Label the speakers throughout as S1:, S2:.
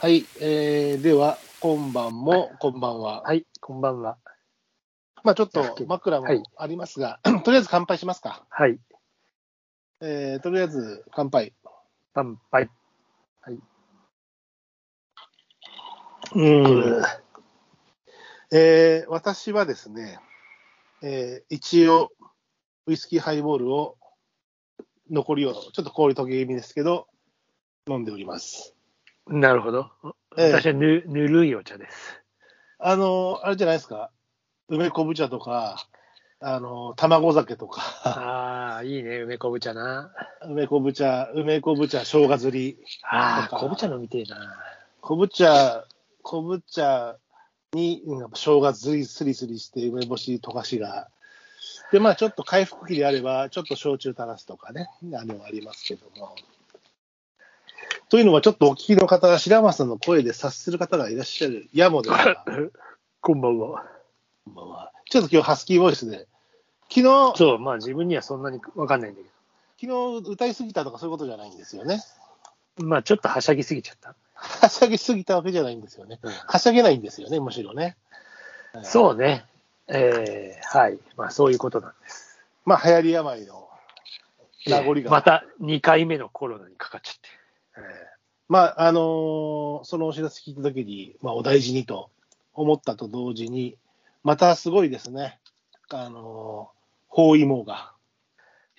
S1: はい、えー、では、今晩も、こんばんは。
S2: はい、こんばんは。
S1: まあ、ちょっと枕も
S2: はい
S1: ありますが、 とりあえず乾杯しますか。
S2: はい、
S1: えー、とりあえず乾杯。
S2: 乾杯。
S1: うん。えー、私はですね、えー、一応、ウイスキーハイボールを、残りを、ちょっと氷溶け気味ですけど、飲んでおります。
S2: なるほど。
S1: ええ
S2: 私はぬぬるいお茶です。
S1: あの、あれじゃないですか、梅昆布茶とか、あの、卵酒とか、
S2: ああ、いいね、梅昆布茶な。
S1: 梅昆布茶、梅昆布茶、生姜釣り、
S2: あ
S1: そ
S2: あ、
S1: うか
S2: 昆布茶飲みてえな。
S1: 昆布茶、昆布茶に、うんやっぱ生姜ずりすりすりして、梅干し溶かしが。で、まあ、ちょっと回復期であれば、ちょっと焼酎垂らすとかね、あの、ありますけども。というのは、ちょっとお聞きの方、白松さんの声で察する方がいらっしゃるやもですが、
S2: こんばんは。
S1: こんばんはちょっと今日ハスキーボイスで、昨日、
S2: そう、まあ自分にはそんなにわかんないんだけ
S1: 昨日歌いすぎたとかそういうことじゃないんですよね。
S2: ど。まあちょっとはしゃぎすぎちゃった。
S1: はしゃぎすぎたわけじゃないんですよね。はしゃげないんですよね、むしろね。
S2: そうね。えー、はい。まあそういうことなんです。
S1: まあ、流行り病の名残が。
S2: ええまた2回目のコロナにかかっちゃって。
S1: えーまあ、あのーそのお知らせ聞いたときに、まあ、お大事にと思ったと同時に、またすごいですね、あのー包囲網が。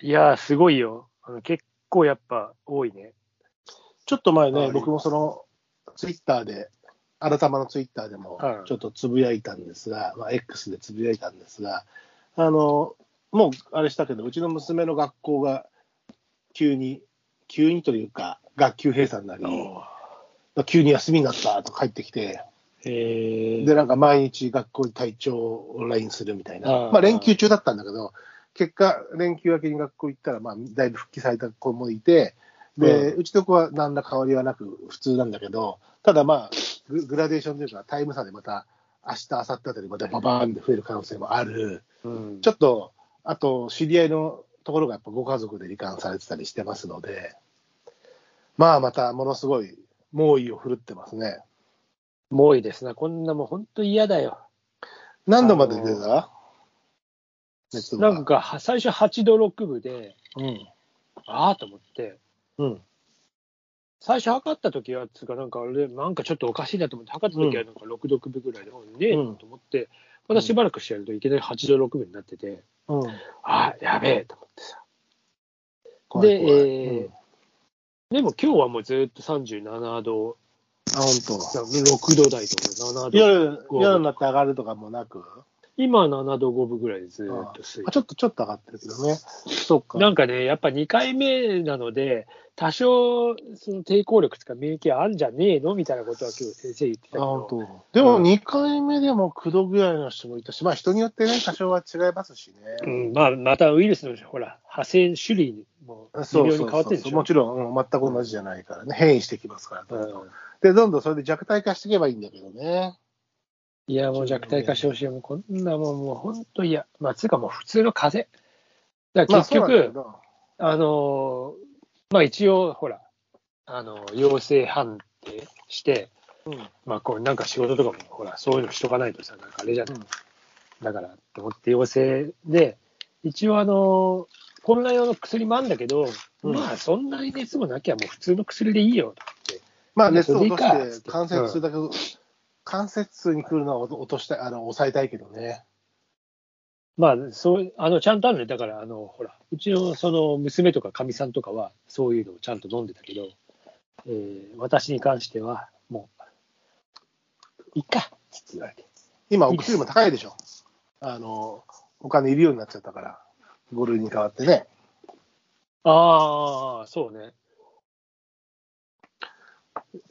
S2: いやー、すごいよ。あの結構やっぱ多いね。
S1: ちょっと前
S2: は
S1: ね、
S2: い
S1: 僕もそのツイッターで、改まのツイッターでも
S2: はい
S1: ちょっとつぶやいたんですが、まあ、X でつぶやいたんですが、あのもうあれしたけど、うちの娘の学校が急に、急にというか、学級閉鎖になり、急に休みになったと帰ってきて、
S2: えー
S1: で、なんか毎日学校に体調を LINE するみたいな、
S2: あー
S1: まあ連休中だったんだけど、結果、連休明けに学校行ったら、まあ、だいぶ復帰された子もいて、で、うちの子は何ら変わりはなく普通なんだけど、ただまあ、ググラデーションというか、タイム差でまた、明日、明後日あたりまたババーンって増える可能性もある。
S2: うん
S1: ちょっと、あと、知り合いのところがやっぱご家族で罹患されてたりしてますので、まあ、またものすごい猛威を振るってますね。
S2: もういいですな。こんなもう本当嫌だよ。
S1: 何度まで出た熱は
S2: なんか、は最初8度6分で、
S1: うん。
S2: ああと思って、
S1: うん。
S2: 最初測った時は、つうか、なんかあれ、なんかちょっとおかしいなと思って、測った時はなんか6度6分ぐらいで、うん、ねえ
S1: うん
S2: と思って、またしばらくしてやると、いきなり8度6分になってて、
S1: うん。
S2: ああ、やべえと思ってさ。
S1: 怖
S2: で、
S1: い
S2: え
S1: 怖い
S2: ーでも今日はもうずっと37度、
S1: あ、本
S2: 6度台とか7
S1: 当。
S2: 度、
S1: 夜、夜になって上がるとかもなく、
S2: 今7度5分ぐらいでずっと推移
S1: あちょっと、ちょっと上がってるけどね。そっか。
S2: なんかね、やっぱ2回目なので、多少その抵抗力とか免疫はあるんじゃねえのみたいなことは今日先生言ってたけ
S1: あ本
S2: ど、
S1: 当。でも2回目でも9度ぐらいの人もいたし、まあ人によってね、多少は違いますし
S2: う
S1: ね。
S2: んまあ、またウイルスのほら派生種類も微
S1: そう
S2: 妙に
S1: そ
S2: 変
S1: う
S2: わってる
S1: そ
S2: で
S1: う。
S2: しょ。
S1: もちろん、うん全く同じじゃないからね。変異してきますから、どんどん
S2: うん
S1: で、どんどんそれで弱体化していけばいいんだけどね。
S2: いや、もう弱体化してほしい。もうこんなもん、もう本当嫌。まあ、つうかもう普通の風邪。だから結
S1: そうなんだけ
S2: 局、
S1: ど
S2: あ、のーまあ一応、ほら、あのー陽性判定して、
S1: うん
S2: まあこうなんか仕事とかも、ほら、そういうのしとかないとさ、なんかあれじゃない。
S1: うん
S2: だからって思って陽性で、一応あの、混乱用の薬もあるんだけど、
S1: うん
S2: まあそんなに熱もなきゃもう普通の薬でいいよって。
S1: まあ、熱を落と
S2: それでいい
S1: し
S2: か
S1: て、関節痛だけど、関節痛に来るのは落としたい、あの、抑えたいけどね。
S2: まあそう、あの、ちゃんとあるね。だからあの、ほら、うちのその娘とかかみさんとかは、そういうのをちゃんと飲んでたけど、えー私に関しては、もう、いっか、つって言われて。
S1: 今、お薬も高いでしょ。あの、お金いるようになっちゃったから、5類に変わってね。
S2: ああ、そうね。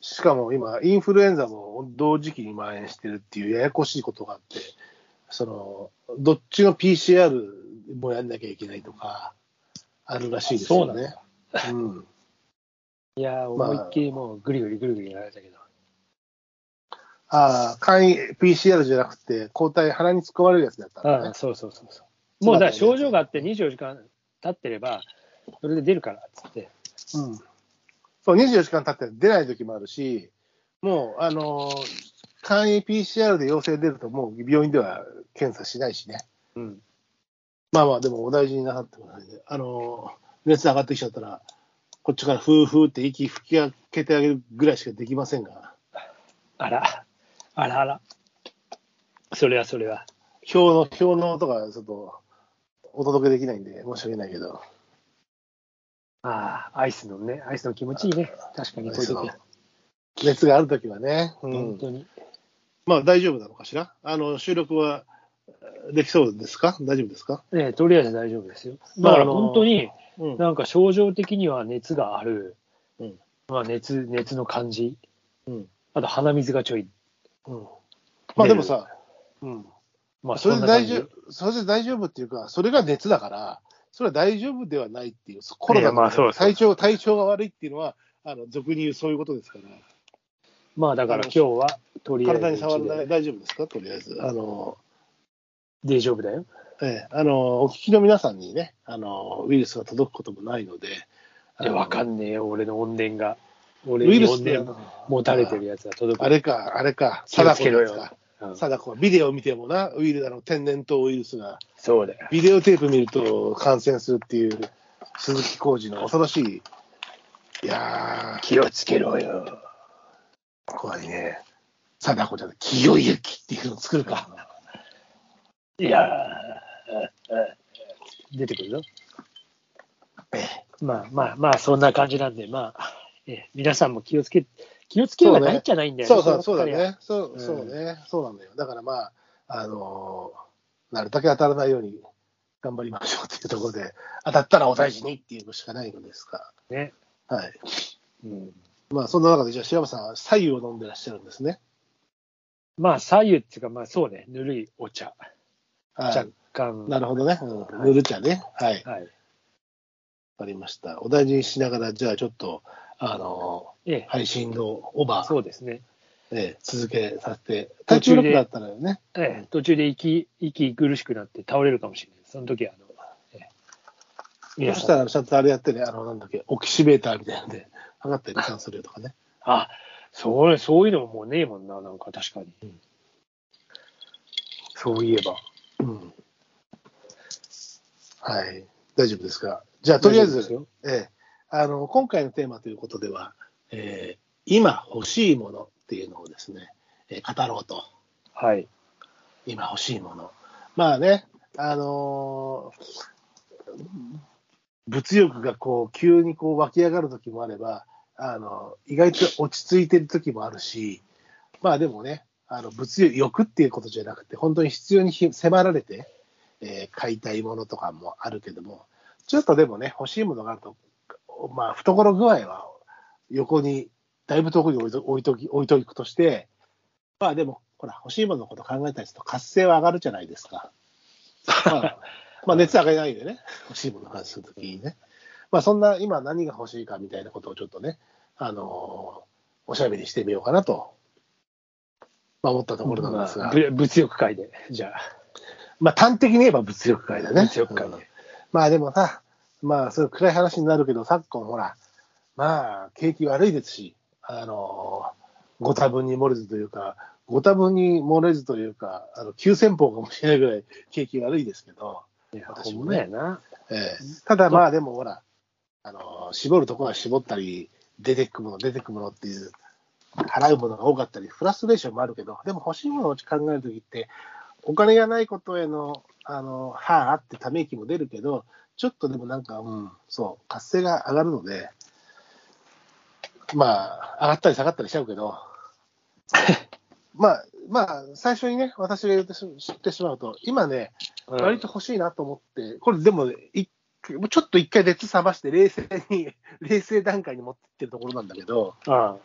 S1: しかも今、インフルエンザも同時期に蔓延してるっていうややこしいことがあって、その、どっちの PCR もやんなきゃいけないとか、あるらしいですよね。うん。
S2: いやー、
S1: まあ
S2: 思いっきりもうぐりぐりぐりぐりやられたけど。
S1: ああ、簡易 PCR じゃなくて、抗体鼻に突っ込まれるやつだったんだね
S2: ああ、そうそうそうそう。もうだから症状があって24時間経ってれば、それで出るからっつって。
S1: うんそう、24時間経って出ない時もあるし、もう、あのー簡易 PCR で陽性出ると、もう病院では検査しないしね。
S2: うん。
S1: まあまあ、でもお大事になさってくださいね。あのー熱上がってきちゃったら、こっちからふーふーって息吹きかけてあげるぐらいしかできませんが、
S2: あら、あらあら。それはそれは。
S1: 表の、表の音がちょっと、お届けできないんで、申し訳ないけど。
S2: ああ、アイスのね、アイスの気持ちいいね。確かにこういう時は。
S1: 熱があるときはね、う
S2: 本
S1: ん、
S2: 当に。
S1: まあ大丈夫なのかしら、あの収録はえーできそうですか、大丈夫ですか、
S2: ええとりあえず大丈夫ですよ。
S1: ま
S2: だ
S1: あ
S2: から本当に、
S1: うん
S2: なんか症状的には熱がある。
S1: うん
S2: まあ熱、熱の感じ。
S1: うん
S2: あと鼻水がちょい。
S1: うん、まあでもさ、うん、
S2: まあ
S1: それ
S2: ん
S1: で
S2: な感
S1: 大
S2: じ
S1: 丈夫、それで大丈夫っていうか、それが熱だから、それは大丈夫ではないっていう、コロ
S2: いや
S1: ナ
S2: まあそう
S1: の
S2: ですそうで
S1: 体調体調が悪いっていうのは、あの俗に言うそういうことですから。
S2: まあだから今日はとりあえず
S1: 体に触らな
S2: う
S1: い
S2: ち
S1: 大丈夫ですかとりあえず。あの、
S2: で大丈夫だよ。
S1: ええ、あの、お聞きの皆さんにね、あの、ウイルスが届くこともないので、
S2: いや、わか
S1: ない。
S2: んねえよ、俺の怨念が。俺
S1: ウイ
S2: に
S1: ルス
S2: 怨
S1: ってあ
S2: 念
S1: の
S2: 持たれてるやつが届く。
S1: あれか、あれか、
S2: 気をつ
S1: 貞
S2: け
S1: 子
S2: ろ
S1: で
S2: よ
S1: すか。
S2: うん
S1: 貞子はビデオを見てもな、ウイルスあの天然痘ウイルスが、
S2: そうだよ。
S1: ビデオテープ見ると感染するっていう、鈴木浩二の恐ろしい、いや
S2: 気をつけろよ。
S1: ー、怖いね。貞子じゃなくて、企業行きっていうのを作るか。
S2: いやー出てくるぞ。まあまあまあ、そんな感じなんで、まあ、え皆さんも気をつけ、気をつけようがないっちゃないんだよ
S1: そうそう、そうだ。
S2: ればっか
S1: ね。そう、そうね。そうなんだよ。だからまあ、あのーなるだけ当たらないように頑張りましょうっていうところで、当たったらお大事にっていうのしかないのですが、
S2: りはね。
S1: はい。
S2: うん
S1: まあ、そんな中で、じゃあ、白山さんは左右を飲んでらっしゃるんですね。
S2: まあ、左右っていうか、まあそうね、ぬるいお茶。
S1: は
S2: 若
S1: い。
S2: 干。
S1: なるほどね。うん
S2: はい
S1: ぬる茶ね。はい。
S2: はい。
S1: わかりました。お大事にしながら、じゃあ、ちょっと、あの
S2: ええ
S1: ー、配信のオーバー、
S2: そうですね。
S1: ええ続けさせて、
S2: 途
S1: 体
S2: 中
S1: 調
S2: で
S1: 良くなったらね、
S2: ええ、途中で息息苦しくなって倒れるかもしれない。その時はあの、ええ皆
S1: そ
S2: さん
S1: したら、ちゃんとあれやってね、あの、なんだっけ、オキシベーターみたいなんで、測ったり換算するとかね。
S2: あそうそういうのももうねえもんな、なんか確かに。そういえば。
S1: うんはい、大丈夫ですか。じゃあ、とりあえ
S2: 大丈夫です
S1: ず、
S2: よ
S1: ええあの今回のテーマということでは、えー今欲しいものっていうのをですね、えー語ろうと、
S2: はい。
S1: 今欲しいもの。まあね、あのー物欲がこう急にこう湧き上がる時もあれば、あの意外と落ち着いてる時もあるし、まあでもね、あの物欲欲っていうことじゃなくて、本当に必要にひ迫られて、えー買いたいものとかもあるけども、ちょっとでもね、欲しいものがあると、まあ、懐具合は横に、だいぶ遠くに置いと置いとき置いとくとして、まあでも、ほら、欲しいもののこと考えたりすると、活性は上がるじゃないですか。ま あ、まあ熱上げないでね、欲しいものの話するときにね。まあ、そんな、今何が欲しいかみたいなことをちょっとね、あのーおしゃべりしてみようかなと、まあ、思ったところなんですが。
S2: ぶ物欲会で、じゃあ。
S1: まあ端的に言えば物欲会だね。
S2: 物欲会
S1: う
S2: で
S1: ん。まあでもさ、まあそういう暗い話になるけど、昨今ほら、まあ景気悪いですし、あのーご多分に漏れずというか、ご多分に漏れずというか、あの急先鋒かもしれないぐらい景気悪いですけど、
S2: いや、ほ
S1: 私
S2: ん
S1: も
S2: ま
S1: ね
S2: やな。
S1: ええただまあでもほら、あのー絞るところは絞ったり、出てくもの、出てくものっていう、払うものが多かったり、フラストレーションもあるけど、でも欲しいものを考えるときって、お金がないことへの、あの、はあってため息も出るけど、ちょっとでもなんか、うん、そう、活性が上がるので、まあ、上がったり下がったりしちゃうけ ど、まあ、まあ、最初にね、私が言ってし知ってしまうと、今ね、割と欲しいなと思って、これでも、一回ちょっと一回熱冷まして、冷静に、 冷静段階に持ってってるところなんだけど、
S2: うん。あ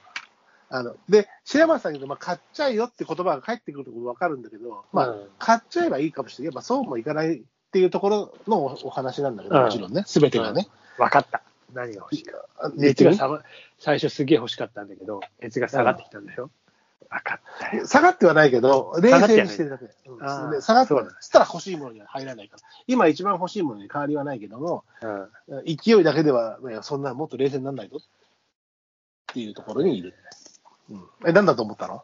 S1: あの、で、白山さんに言うと、まあ、買っちゃいよって言葉が返ってくるところわかるんだけど、まあ、
S2: うん
S1: 買っちゃえばいいかもしれない。やっぱそうもいかないっていうところのおお話なんだけど、
S2: うん
S1: もちろんね、すべてがね。
S2: 分かった。何が欲しいか。
S1: あ言っ
S2: 熱
S1: て
S2: が
S1: み
S2: 下が、最初すげえ欲しかったんだけど、熱が下がってきたんだよ。分かったよ。
S1: 下がってはないけど、冷
S2: 下がっ
S1: 静に
S2: てはない
S1: してるだけ。うん
S2: あー
S1: で下がっては
S2: そう
S1: ない。そしたら欲しいものには入らないから。今一番欲しいものに変わりはないけども、
S2: うん
S1: 勢いだけでは、いやそんなもっと冷静にならないとっていうところにいる。うん、え、なんだと思ったの